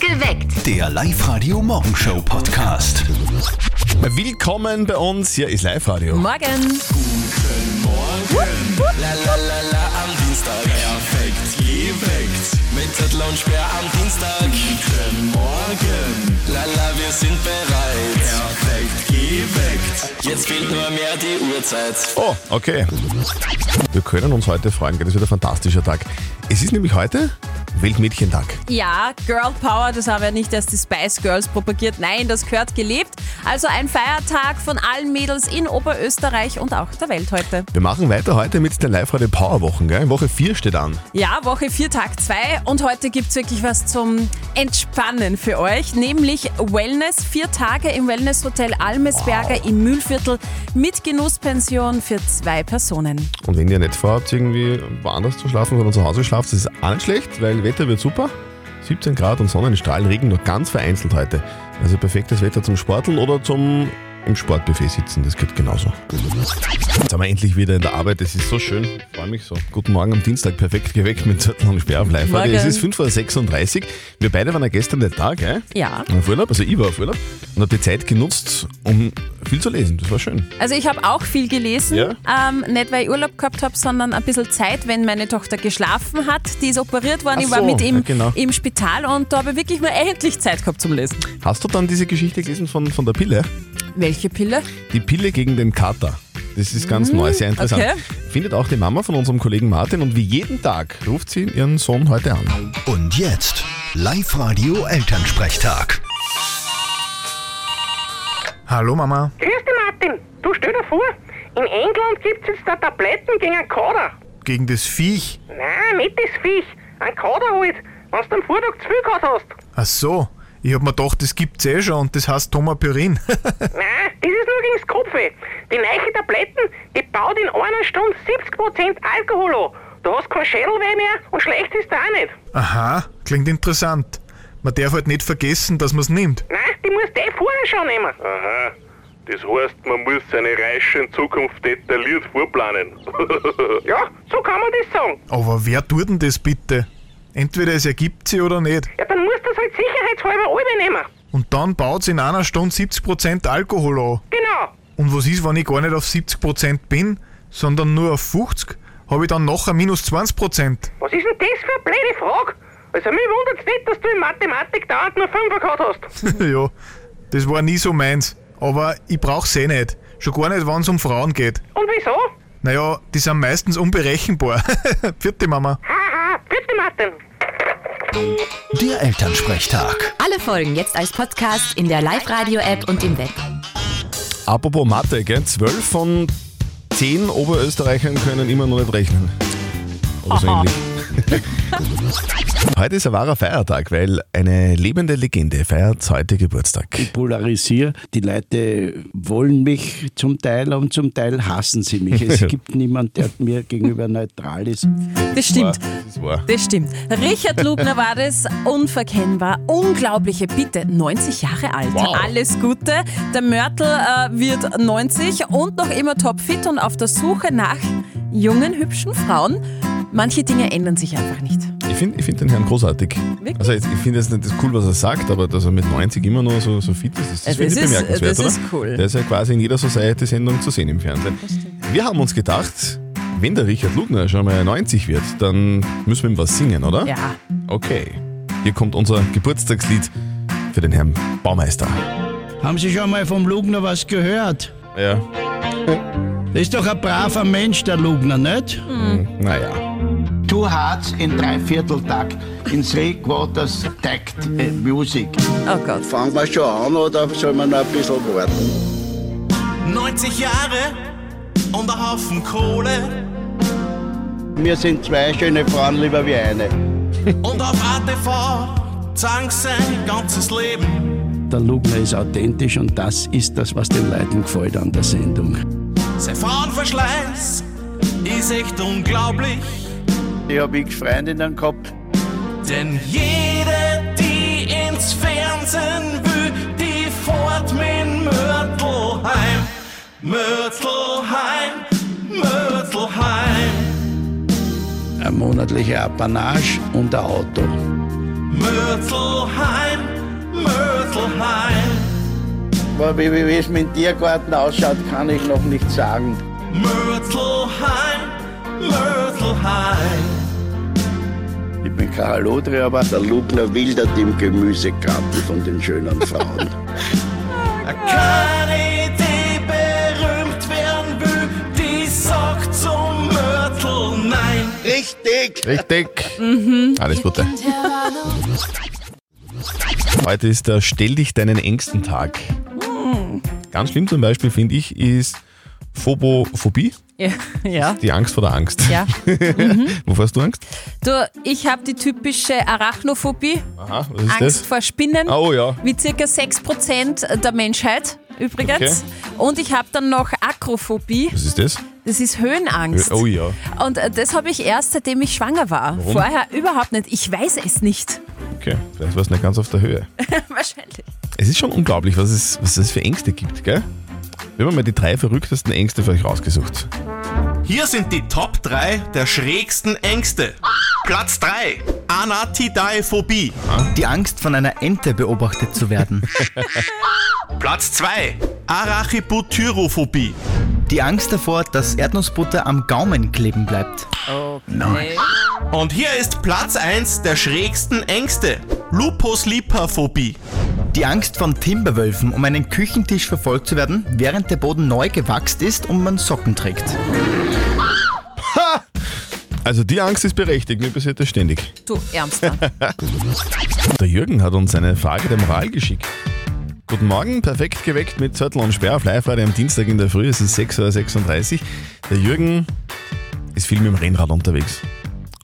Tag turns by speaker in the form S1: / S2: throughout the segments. S1: Geweckt.
S2: Der Live-Radio-Morgenshow-Podcast.
S3: Willkommen bei uns, hier ist Live-Radio.
S4: Morgen.
S5: La la la la am Dienstag. Perfekt geweckt. Mit Zettel und Sperr am Dienstag. Guten Morgen. La la, wir sind bereit. Perfekt geweckt. Jetzt fehlt nur mehr die Uhrzeit.
S3: Oh, okay. Wir können uns heute freuen, gell? das wird ein fantastischer Tag. Es ist nämlich heute Weltmädchentag.
S4: Ja, Girl Power, das haben ja nicht erst die Spice Girls propagiert. Nein, das gehört gelebt. Also ein Feiertag von allen Mädels in Oberösterreich und auch der Welt heute.
S3: Wir machen weiter heute mit den Live-Radio Power-Wochen. gell? Woche 4 steht an.
S4: Ja, Woche 4, Tag 2 und heute gibt es wirklich was zum Entspannen für euch, nämlich Wellness. Vier Tage im Wellnesshotel Almesberger im Mühlviertel mit Genusspension für zwei Personen.
S3: Und wenn ihr nicht vorhabt, irgendwie woanders zu schlafen, sondern zu Hause schlaft, das ist auch nicht schlecht, weil Wetter wird super. 17 Grad und Sonnenstrahlen, Regen nur ganz vereinzelt heute. Also perfektes Wetter zum Sporteln oder zum im Sportbuffet sitzen, das geht genauso. Jetzt sind wir endlich wieder in der Arbeit, es ist so schön, Ich freue mich so. Guten Morgen am Dienstag, perfekt geweckt mit Zettel und Sperr auf live
S4: Morgen.
S3: Es ist 5.36 Uhr, wir beide waren ja gestern nicht da, gell?
S4: Ja.
S3: Auf Urlaub, also ich war auf Urlaub und habe die Zeit genutzt, um viel zu lesen, das war schön.
S4: Also ich habe auch viel gelesen.
S3: Ja?
S4: Ähm, nicht weil ich Urlaub gehabt habe, sondern ein bisschen Zeit, wenn meine Tochter geschlafen hat. Die ist operiert worden,
S3: Ach
S4: ich war
S3: so,
S4: mit ihm
S3: ja, genau.
S4: im Spital und da habe ich wirklich mal endlich Zeit gehabt zum Lesen.
S3: Hast du dann diese Geschichte gelesen von, von der Pille?
S4: Welche Pille?
S3: Die Pille gegen den Kater. Das ist ganz neu, sehr interessant.
S4: okay.
S3: Findet auch die Mama von unserem Kollegen Martin und wie jeden Tag ruft sie ihren Sohn heute an.
S2: Und jetzt Live-Radio Elternsprechtag.
S6: Hallo Mama.
S7: Grüß dich, Martin. Du stell dir vor, in England gibt's jetzt da Tabletten gegen einen Kader.
S6: Gegen das Viech.
S7: Nein, nicht das Viech. Ein Kader halt, wenn du am Vortag zu viel gehabt hast.
S6: Ach so. Ich hab mir gedacht, das gibt's eh schon und das heißt Tomapyrin.
S7: Nein, das ist nur gegen das Kopfweh. Die neuen Tabletten, die baut in einer Stunde 70% Alkohol an. Du hast kein Schädelweh mehr und schlecht ist da auch nicht.
S6: Aha, klingt interessant. Man darf halt nicht vergessen, dass man's nimmt.
S7: Nein, die musst du eh vorher schon nehmen.
S8: Aha. Das heißt, man muss seine Reise in Zukunft detailliert vorplanen.
S7: Ja, so kann man das sagen.
S6: Aber wer tut denn das bitte? Entweder es ergibt sie oder nicht.
S7: Ja, dann musst du das halt sicherheitshalber alle nehmen.
S6: Und dann baut's in einer Stunde 70% Alkohol an.
S7: Genau.
S6: Und was ist, wenn ich gar nicht auf 70% bin, sondern nur auf 50? Habe ich dann nachher minus 20%?
S7: Was ist denn das für eine blöde Frage? Also, mich wundert's nicht, dass du in Mathematik dauernd nur 5 gehabt hast.
S6: ja, das war nie so meins. Aber ich brauch's eh nicht. Schon gar nicht, wenn's um Frauen geht.
S7: Und wieso?
S6: Naja, die sind meistens unberechenbar. Vierte Mama.
S7: Haha, bitte Martin.
S2: Der Elternsprechtag.
S9: Alle Folgen jetzt als Podcast in der Live-Radio-App und im Web.
S3: Apropos Mathe, gell? 12 von 10 Oberösterreichern können immer noch nicht rechnen. Oder so ähnlich. heute ist ein wahrer Feiertag, weil eine lebende Legende feiert heute Geburtstag.
S10: polarisiere. Die Leute wollen mich zum Teil und zum Teil hassen sie mich. Es gibt niemanden, der mir gegenüber neutral ist.
S4: Das stimmt.
S3: Das ist wahr.
S4: Das stimmt. Richard Lugner war das, unverkennbar, unglaubliche Bitte, 90 Jahre alt.
S3: Wow.
S4: Alles Gute. Der Mörtel äh, wird 90 und noch immer topfit und auf der Suche nach jungen, hübschen Frauen. Manche Dinge ändern sich einfach nicht.
S3: Ich finde ich find den Herrn großartig.
S4: Wirklich?
S3: Also jetzt, ich finde jetzt nicht das cool, was er sagt, aber dass er mit 90 immer noch so, so fit ist, das, das
S4: Ja,
S3: finde ich
S4: das ist-
S3: bemerkenswert,
S4: das
S3: oder?
S4: ist cool.
S3: Der ist ja quasi in jeder Society-Sendung zu sehen im Fernsehen. Wir haben uns gedacht, wenn der Richard Lugner schon mal 90 wird, dann müssen wir ihm was singen, oder?
S4: Ja.
S3: Okay. Hier kommt unser Geburtstagslied für den Herrn Baumeister.
S10: Haben Sie schon mal vom Lugner was gehört?
S3: Ja.
S10: Das ist doch ein braver Mensch, der Lugner, nicht?
S3: Naja.
S10: Two Hearts in Dreivierteltakt. In Three Quarters äh, Tact Music.
S4: Oh Gott.
S10: Fangen wir schon an oder soll man noch ein bisschen warten?
S5: 90 Jahre und ein Haufen Kohle.
S10: Mir sind zwei schöne Frauen lieber wie eine.
S5: Und auf ATV zank sein ganzes Leben.
S10: Der Lugner ist authentisch und das ist das, was den Leuten gefällt an der Sendung.
S5: Sein Frauenverschleiß ist echt unglaublich,
S10: Ich habe x Freundinnen gehabt.
S5: denn jede, die ins Fernsehen will, die fährt mit Mörtelheim, Mörtelheim, Mörtelheim,
S10: Ein monatlicher Apanage und ein Auto.
S5: Mörtelheim. daheim.
S10: Aber wie, wie wie es mit dem Tiergarten ausschaut, kann ich noch nicht sagen.
S5: Mörtelheim, Mörtelheim.
S10: Ich bin kein Halodri, aber der Lugner wildert im Gemüsegarten von den schönen Frauen.
S5: Keine Idee berühmt werden will, die sagt zum Mörtel nein.
S10: Richtig!
S3: Richtig. Alles Gute. Heute ist der Stell dich deinen Ängsten Tag. Ganz schlimm zum Beispiel, finde ich, ist Phobophobie,
S4: Ja. ja.
S3: die Angst vor der Angst.
S4: Ja.
S3: Wovor hast du Angst?
S4: Du, ich habe die typische Arachnophobie,
S3: Aha, was ist
S4: Angst vor Spinnen,
S3: das? Oh ja.
S4: wie circa 6% der Menschheit übrigens. Und ich habe dann noch Akrophobie,
S3: Was ist das?
S4: das ist Höhenangst.
S3: Oh ja.
S4: Und äh, das habe ich erst, seitdem ich schwanger war.
S3: Warum?
S4: Vorher überhaupt nicht. Ich weiß es nicht.
S3: Okay, vielleicht war es nicht ganz auf der Höhe.
S4: Wahrscheinlich.
S3: Es ist schon unglaublich, was es, was es für Ängste gibt, gell? Wir haben mal die drei verrücktesten Ängste für euch rausgesucht.
S5: Hier sind die Top 3 der schrägsten Ängste. Platz 3. Anatidaephobie.
S1: Die Angst, von einer Ente beobachtet zu werden.
S5: Platz 2. Arachibutyrophobie.
S1: Die Angst davor, dass Erdnussbutter am Gaumen kleben bleibt.
S5: Und hier ist Platz 1 der schrägsten Ängste. Lupuslipaphobie.
S1: Die Angst von Timberwölfen, um einen Küchentisch verfolgt zu werden, während der Boden neu gewachst ist und man Socken trägt.
S3: Also die Angst ist berechtigt, mir passiert das ständig.
S4: Du, ne? Ärmster.
S3: Der Jürgen hat uns eine Frage der Moral geschickt. Guten Morgen, perfekt geweckt mit Zettel und Sperr auf live am Dienstag in der Früh, es ist 6.36 Uhr. Der Jürgen ist viel mit dem Rennrad unterwegs.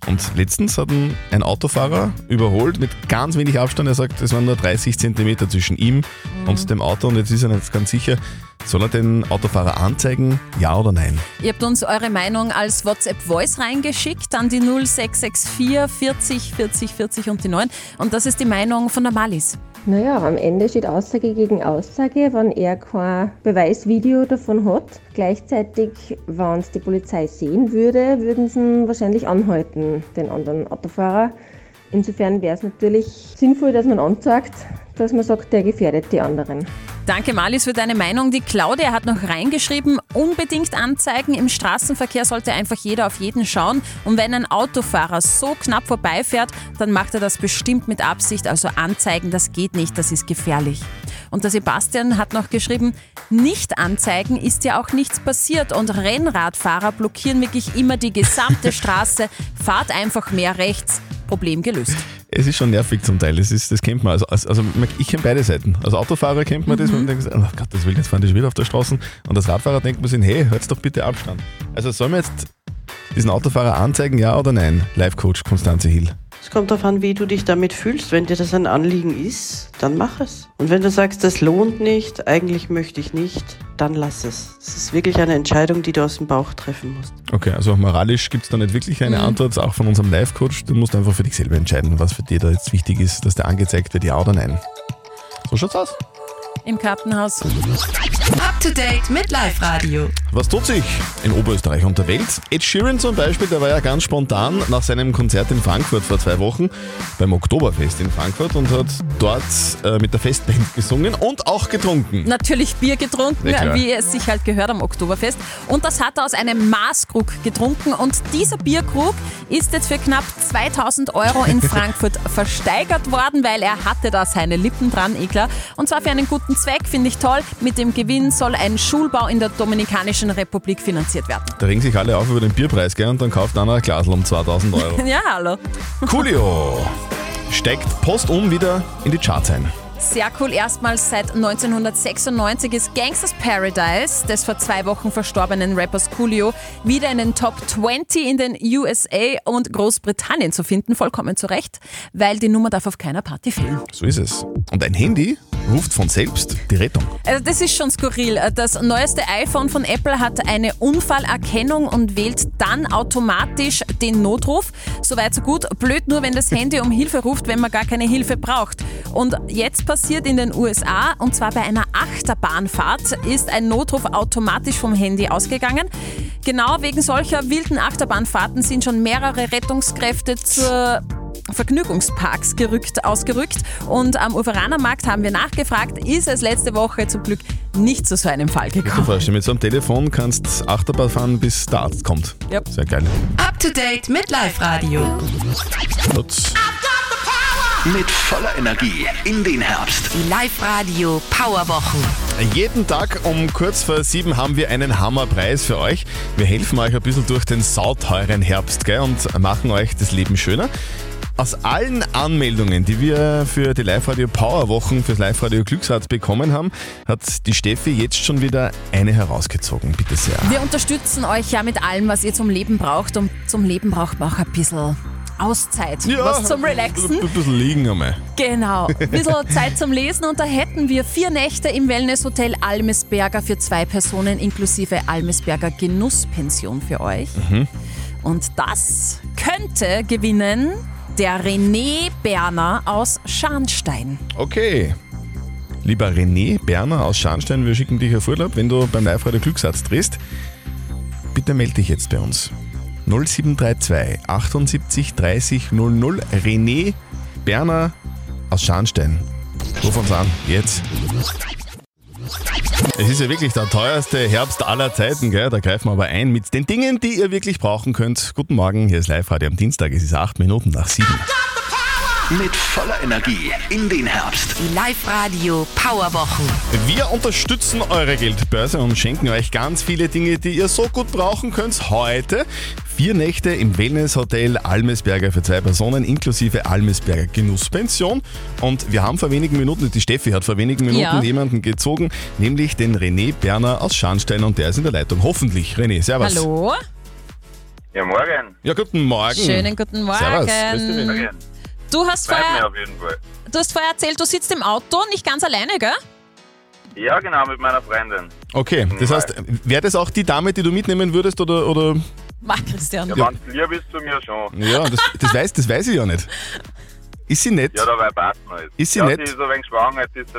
S3: Und letztens hat ihn ein Autofahrer überholt mit ganz wenig Abstand. Er sagt, es waren nur 30 Zentimeter zwischen ihm und dem Auto und jetzt ist er nicht ganz sicher, soll er den Autofahrer anzeigen, ja oder nein?
S4: Ihr habt uns eure Meinung als WhatsApp-Voice reingeschickt an die 0664 40 40 40 und die 9. Und das ist die Meinung von der Malis.
S7: Naja, am Ende steht Aussage gegen Aussage, wenn er kein Beweisvideo davon hat. Gleichzeitig, wenn es die Polizei sehen würde, würden sie ihn wahrscheinlich anhalten, den anderen Autofahrer. Insofern wäre es natürlich sinnvoll, dass man anzeigt, dass man sagt, der gefährdet die anderen.
S4: Danke, Malis, für deine Meinung. Die Claudia hat noch reingeschrieben, unbedingt anzeigen. Im Straßenverkehr sollte einfach jeder auf jeden schauen. Und wenn ein Autofahrer so knapp vorbeifährt, dann macht er das bestimmt mit Absicht. Also anzeigen, das geht nicht, das ist gefährlich. Und der Sebastian hat noch geschrieben, nicht anzeigen ist ja auch nichts passiert. Und Rennradfahrer blockieren wirklich immer die gesamte Straße. Fahrt einfach mehr rechts. Problem gelöst.
S3: Es ist schon nervig zum Teil, das, ist, das kennt man. Also, also also man- ich kenne beide Seiten. Als Autofahrer kennt man das, wenn man denkt, oh Gott, das will jetzt fahren die schon wieder auf der Straße. Und als Radfahrer denkt man sich, hey, hört doch bitte Abstand. Also sollen wir jetzt diesen Autofahrer anzeigen, ja oder nein? Live-Coach Konstanze Hill.
S7: Es kommt darauf an, wie du dich damit fühlst. Wenn dir das ein Anliegen ist, dann mach es. Und wenn du sagst, das lohnt nicht, eigentlich möchte ich nicht, dann lass es. Es ist wirklich eine Entscheidung, die du aus dem Bauch treffen musst.
S3: Okay, also moralisch gibt es da nicht wirklich eine Antwort, auch von unserem Live-Coach. Du musst einfach für dich selber entscheiden, was für dich da jetzt wichtig ist, dass der angezeigt wird, ja oder nein. So schaut's aus.
S4: Im Kartenhaus.
S9: Up to date mit Live Radio.
S3: Was tut sich in Oberösterreich und der Welt? Ed Sheeran zum Beispiel, der war ja ganz spontan nach seinem Konzert in Frankfurt vor zwei Wochen beim Oktoberfest in Frankfurt und hat dort äh, mit der Festband gesungen und auch getrunken.
S4: natürlich Bier getrunken,
S3: Ja, klar.
S4: wie es sich halt gehört am Oktoberfest. Und das hat er aus einem Maßkrug getrunken. Und dieser Bierkrug ist jetzt für knapp 2000 Euro in Frankfurt versteigert worden, weil er hatte da seine Lippen dran, eh klar. Und zwar für einen guten Zweck, finde ich toll. Mit dem Gewinn soll ein Schulbau in der Dominikanischen Republik finanziert werden.
S3: Da regen sich alle auf über den Bierpreis, gell? Und dann kauft einer ein Glasl um 2000 Euro.
S4: Ja, hallo.
S3: Coolio steckt postum wieder in die Charts ein.
S4: Sehr cool, erstmals seit 1996 ist Gangsters Paradise des vor zwei Wochen verstorbenen Rappers Coolio wieder in den Top 20 in den USA und Großbritannien zu finden, vollkommen zu Recht, weil die Nummer darf auf keiner Party fehlen.
S3: So ist es. Und ein Handy ruft von selbst die Rettung.
S4: Also das ist schon skurril. Das neueste iPhone von Apple hat eine Unfallerkennung und wählt dann automatisch den Notruf. Soweit so gut. Blöd nur, wenn das Handy um Hilfe ruft, wenn man gar keine Hilfe braucht. Und jetzt passiert in den USA, und zwar bei einer Achterbahnfahrt, ist ein Notruf automatisch vom Handy ausgegangen. Genau wegen solcher wilden Achterbahnfahrten sind schon mehrere Rettungskräfte zur Vergnügungsparks gerückt, ausgerückt. Und am Uferaner Markt haben wir nachgefragt, ist es letzte Woche zum Glück nicht zu so einem Fall
S3: Kannst du dir
S4: gekommen.
S3: vorstellen, mit so einem Telefon kannst du Achterbahn fahren, bis der Arzt kommt.
S4: Ja.
S3: Sehr geil.
S9: Up to date mit Live Radio.
S3: Ups.
S2: Mit voller Energie in den Herbst.
S9: Die Live Radio Powerwochen.
S3: Jeden Tag um kurz vor sieben haben wir einen Hammerpreis für euch. Wir helfen euch ein bisschen durch den sauteuren Herbst gell, und machen euch das Leben schöner. Aus allen Anmeldungen, die wir für die Live-Radio Power-Wochen fürs Live-Radio Glücksrad bekommen haben, hat die Steffi jetzt schon wieder eine herausgezogen. Bitte sehr.
S4: Wir unterstützen euch ja mit allem, was ihr zum Leben braucht. Und zum Leben braucht man auch ein bisschen Auszeit, was zum Relaxen.
S3: Ein bisschen liegen einmal.
S4: Genau, ein bisschen Zeit zum Lesen und da hätten wir vier Nächte im Wellnesshotel Almesberger für zwei Personen inklusive Almesberger Genusspension für euch.
S3: Mhm.
S4: Und das könnte gewinnen der René Berner aus Scharnstein.
S3: Okay. Lieber René Berner aus Scharnstein, wir schicken dich auf Urlaub, wenn du beim Live-Radio Glücksatz drehst. Bitte melde dich jetzt bei uns. 0732 78 30 00 René Berner aus Scharnstein. Ruf uns an, jetzt. Es ist ja wirklich der teuerste Herbst aller Zeiten, gell? Da greifen wir aber ein mit den Dingen, die ihr wirklich brauchen könnt. Guten Morgen, hier ist Live-Radio am Dienstag, es ist 8 Minuten nach 7.
S2: Mit voller Energie in den Herbst.
S9: Die Live Radio Powerwochen.
S3: Wir unterstützen eure Geldbörse und schenken euch ganz viele Dinge, die ihr so gut brauchen könnt heute. Vier Nächte im Wellnesshotel Almesberger für zwei Personen inklusive Almesberger Genusspension. Und wir haben vor wenigen Minuten, die Steffi hat vor wenigen Minuten
S4: Ja.
S3: jemanden gezogen, nämlich den René Berner aus Scharnstein und der ist in der Leitung. Hoffentlich. René, servus.
S4: Hallo,
S11: Ja, morgen.
S3: Ja, guten Morgen.
S4: schönen guten
S3: Hm. Servus. Grüß dich,
S4: Morgen.
S11: Morgen.
S4: Du hast,
S11: Freut mich
S4: vorher,
S11: auf jeden Fall.
S4: du hast vorher erzählt, du sitzt im Auto, nicht ganz alleine, gell?
S11: Ja, genau, mit meiner Freundin.
S3: Okay, das heißt, wäre das auch die Dame, die du mitnehmen würdest oder, oder
S4: Mach Christian.
S11: Ja,
S3: Ja.
S11: ja. wenn du lieb bist zu mir schon.
S3: ja, das, das, weiß, das weiß ich ja nicht. Ist sie nett?
S11: Ja, da war Partner. Ist,
S3: Ist sie
S11: ja,
S3: nett?
S11: Sie ist ein wenig schwanger, jetzt ist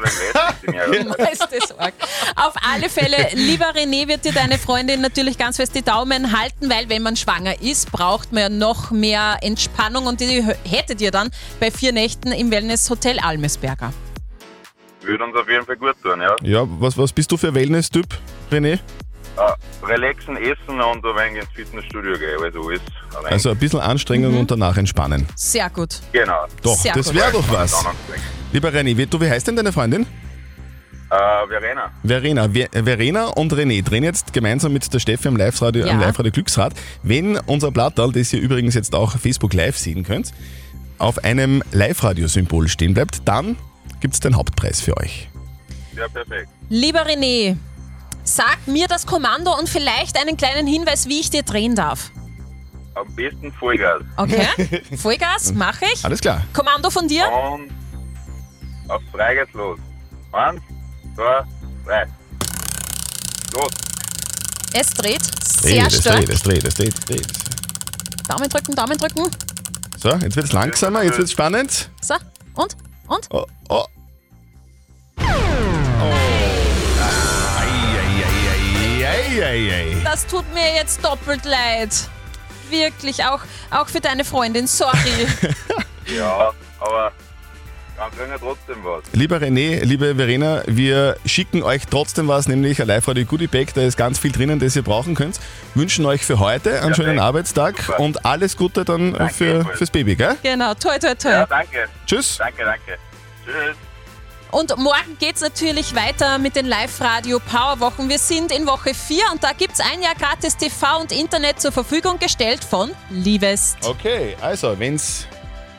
S11: sie ein wenig lässig zu mir.
S4: Ist das arg. Auf alle Fälle, lieber René, wird dir deine Freundin natürlich ganz fest die Daumen halten, weil wenn man schwanger ist, braucht man ja noch mehr Entspannung und die hö- hättet ihr dann bei vier Nächten im Wellnesshotel Almesberger.
S11: Würde uns auf jeden Fall gut tun, ja.
S3: Ja, was, was bist du für Wellness-Typ, René?
S11: Äh, relaxen, essen und ein wenig ins Fitnessstudio gehen, also alles. Ein wenig.
S3: Also ein bisschen Anstrengung und danach entspannen.
S4: Sehr gut.
S11: genau.
S3: Doch,
S4: Mhm. Sehr
S3: das
S4: gut.
S3: wäre doch was.
S11: Dann anstrengen.
S3: Lieber René, wie, du, wie heißt denn deine Freundin?
S11: Äh, Verena,
S3: Verena. Ver- Verena und René drehen jetzt gemeinsam mit der Steffi am Live-Radio
S4: Ja.
S3: am Live Glücksrad. Wenn unser Plattal, das ihr übrigens jetzt auch auf Facebook live sehen könnt, auf einem Live-Radio-Symbol stehen bleibt, dann gibt es den Hauptpreis für euch.
S11: ja, perfekt.
S4: Lieber René, sag mir das Kommando und vielleicht einen kleinen Hinweis, wie ich dir drehen darf.
S11: Am besten Vollgas.
S4: Okay? Vollgas, mache ich.
S3: Alles klar.
S4: Kommando von dir.
S11: Und auf drei geht's los. Eins, zwei, drei. Los.
S4: Es dreht sehr
S3: Dreht, es
S4: stark.
S3: dreht, es dreht, es dreht, es dreht.
S4: Daumen drücken, Daumen drücken.
S3: So, jetzt wird es langsamer, jetzt wird es spannend.
S4: So, und? Und?
S3: Oh, oh. Eieieiei.
S4: Das tut mir jetzt doppelt leid. Wirklich, auch, auch für deine Freundin, sorry.
S11: Ja, aber dann kriegen wir trotzdem was.
S3: Lieber René, liebe Verena, wir schicken euch trotzdem was, nämlich ein Live-Radio Goodie Bag. Da ist ganz viel drinnen, das ihr brauchen könnt. Wünschen euch für heute einen schönen
S11: Perfekt.
S3: Arbeitstag
S11: Super.
S3: und alles Gute dann
S11: Danke,
S3: für,
S11: voll.
S3: fürs Baby, gell?
S4: genau, toi, toi, toi.
S11: Ja, danke.
S3: Tschüss.
S11: Danke, danke. Tschüss.
S4: Und morgen geht's natürlich weiter mit den Live-Radio Powerwochen. Wir sind in Woche 4 und da gibt's ein Jahr gratis TV und Internet zur Verfügung gestellt von Liebest.
S3: Okay, also, wenn's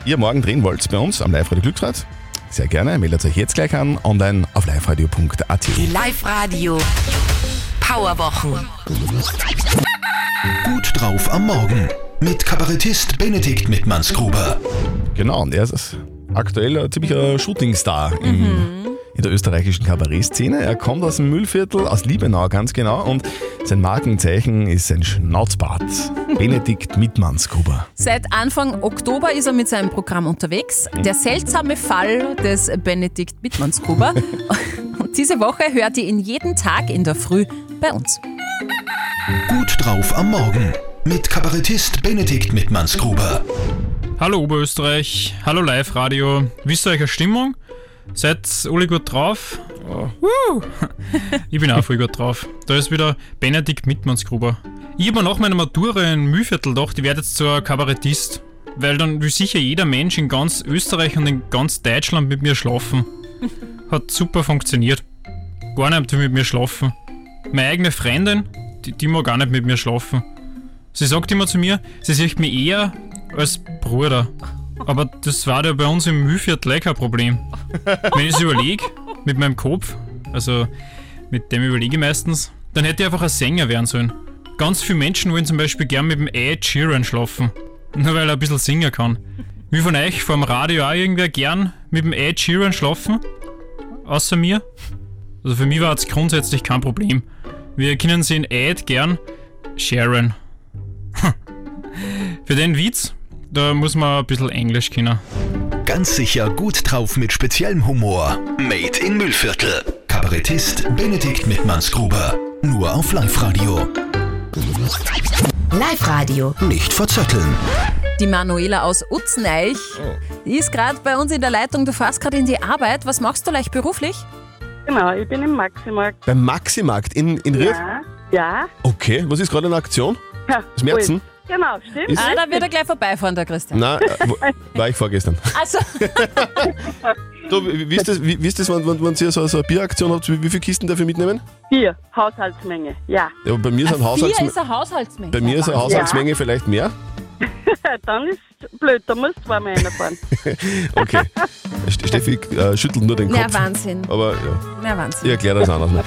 S3: ihr morgen drehen wollt bei uns am Live-Radio Glücksrad, sehr gerne, meldet euch jetzt gleich an, online auf liveradio.at.
S9: Die Live Radio Powerwochen.
S2: Gut drauf am Morgen. Mit Kabarettist Benedikt Mittmannsgruber.
S3: Genau, und er ist aktuell ein ziemlicher Shootingstar im,
S4: Mhm.
S3: in der österreichischen Kabarettszene. Er kommt aus dem Müllviertel, aus Liebenau ganz genau, und sein Markenzeichen ist sein Schnauzbart. Benedikt Mittmannsgruber.
S4: Seit Anfang Oktober ist er mit seinem Programm unterwegs. Der seltsame Fall des Benedikt Wittmannsgruber. und diese Woche hört ihr ihn jeden Tag in der Früh bei uns.
S2: Gut drauf am Morgen. Mit Kabarettist Benedikt Mittmannsgruber.
S12: Hallo Oberösterreich, hallo Live-Radio. Wisst ihr eure Stimmung? Seid alle gut drauf? Woo! ich bin auch voll gut drauf. Da ist wieder Benedikt Mittmannsgruber. Ich habe mir nach meiner Matura in Mühlviertel gedacht, ich werde jetzt zur Kabarettist. Weil dann will sicher jeder Mensch in ganz Österreich und in ganz Deutschland mit mir schlafen. Hat super funktioniert. Gar nicht will mit mir schlafen. Meine eigene Freundin, die, die mag gar nicht mit mir schlafen. Sie sagt immer zu mir, sie sieht mich eher als Bruder. Aber das war ja bei uns im Mühlviertel eh kein Problem. Wenn ich es überlege, mit meinem Kopf, also mit dem überlege ich meistens, dann hätte ich einfach ein Sänger werden sollen. Ganz viele Menschen wollen zum Beispiel gern mit dem Ed Sheeran schlafen. Nur weil er ein bisschen singen kann. Wie von euch vom Radio auch irgendwer gern mit dem Ed Sheeran schlafen? Außer mir? Also für mich war es grundsätzlich kein Problem. Wir kennen sie in Ed gern Sharon. Für den Witz, da muss man ein bisschen Englisch kennen.
S2: Ganz sicher gut drauf mit speziellem Humor. Made in Müllviertel. Kabarettist Benedikt Mittmannsgruber. Nur auf Live-Radio.
S9: Live-Radio.
S2: Nicht verzetteln.
S4: Die Manuela aus Utzeneich,
S3: Oh.
S4: die ist gerade bei uns in der Leitung. Du fährst gerade in die Arbeit. Was machst du leicht beruflich?
S13: Genau, ich bin im Maximarkt.
S3: Beim Maximarkt in, in Ried?
S13: Ja, ja.
S3: Okay, was ist gerade in Aktion?
S13: Ja,
S3: Ist Merzen?
S13: voll. Genau, stimmt.
S3: Ist-
S4: Ah, da wird er gleich vorbeifahren, der Christian.
S3: Nein, äh, wo- war ich vorgestern.
S4: Also,
S3: Du, wie wie ist das, wie, wie ist das wenn, wenn, wenn ihr so, so eine Bieraktion habt? Wie, wie viele Kisten darf ich mitnehmen?
S13: Vier, Haushaltsmenge, ja.
S3: Ja, bei mir sind
S4: Bier
S3: Haushaltsmenge.
S4: ist eine Haushaltsmenge.
S3: Bei mir ist eine Haushaltsmenge vielleicht mehr.
S13: Dann ist blöd, da musst du zweimal reinfahren.
S3: Okay. Ste- Steffi äh, schüttelt nur den Kopf.
S4: Na, Wahnsinn.
S3: Aber ja,
S4: Na, Wahnsinn.
S3: ich erkläre das anders mal.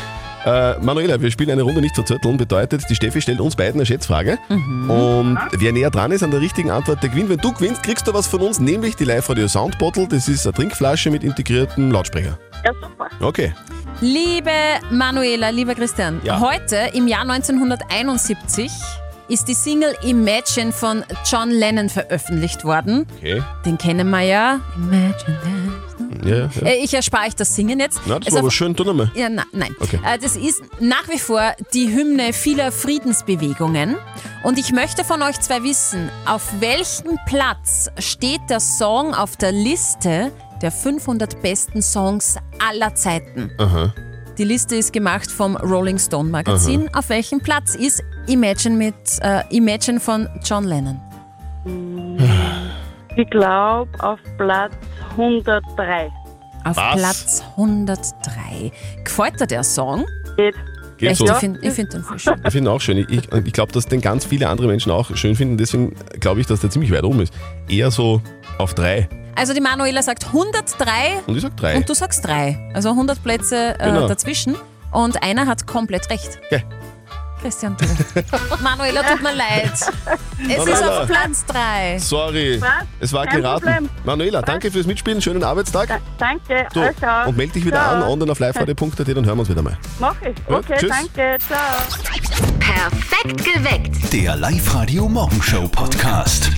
S3: Äh, Manuela, wir spielen eine Runde nicht verzötteln. Bedeutet, die Steffi stellt uns beiden eine Schätzfrage. Und wer näher dran ist an der richtigen Antwort, der gewinnt. Wenn du gewinnst, kriegst du was von uns, nämlich die Live-Radio Sound Bottle. Das ist eine Trinkflasche mit integriertem Lautsprecher.
S13: Ja, super.
S3: Okay.
S4: Liebe Manuela, lieber Christian,
S3: Ja.
S4: heute im Jahr 1971 ist die Single Imagine von John Lennon veröffentlicht worden.
S3: Okay.
S4: Den kennen wir ja. Imagine
S3: Ja, ja.
S4: that. Äh, Ich erspare euch das Singen jetzt.
S3: Na, das
S4: Es
S3: war
S4: auf-
S3: aber schön, tu nochmal.
S4: Ja, na, nein.
S3: Okay.
S4: Äh, Das ist nach wie vor die Hymne vieler Friedensbewegungen. Und ich möchte von euch zwei wissen, auf welchem Platz steht der Song auf der Liste der 500 besten Songs aller Zeiten?
S3: Aha.
S4: Die Liste ist gemacht vom Rolling Stone Magazin. Auf welchem Platz ist Imagine mit äh, Imagine von John Lennon?
S13: Ich glaube auf Platz 103.
S4: Auf
S13: Was?
S4: Platz 103. Gefällt dir der Song?
S13: Geht.
S3: Geht
S4: Echt,
S3: so.
S4: ich finde ich find den voll schön.
S3: Ich finde ihn auch schön. Ich, ich, ich glaube, dass den ganz viele andere Menschen auch schön finden. Deswegen glaube ich, dass der ziemlich weit oben ist. Eher so auf drei.
S4: Also die Manuela sagt 103
S3: Und ich sag drei.
S4: und du sagst 3. Also 100 Plätze äh,
S3: Genau.
S4: dazwischen und einer hat komplett recht.
S3: Ja.
S4: Christian, du. Manuela, tut mir leid. Es ist
S3: Manuela.
S4: auf Platz 3.
S3: Sorry,
S4: Was?
S3: es war
S4: Kein
S3: geraten.
S4: Problem.
S3: Manuela, danke fürs Mitspielen, schönen Arbeitstag.
S13: Danke,
S3: Du,
S13: also.
S3: und melde dich wieder
S13: Ciao.
S3: an, online auf liveradio.at, dann hören wir uns wieder mal.
S13: Mach ich.
S3: Ja,
S13: Okay,
S3: tschüss.
S13: danke, ciao.
S9: Perfekt geweckt.
S2: Der Live-Radio Morgenshow Podcast.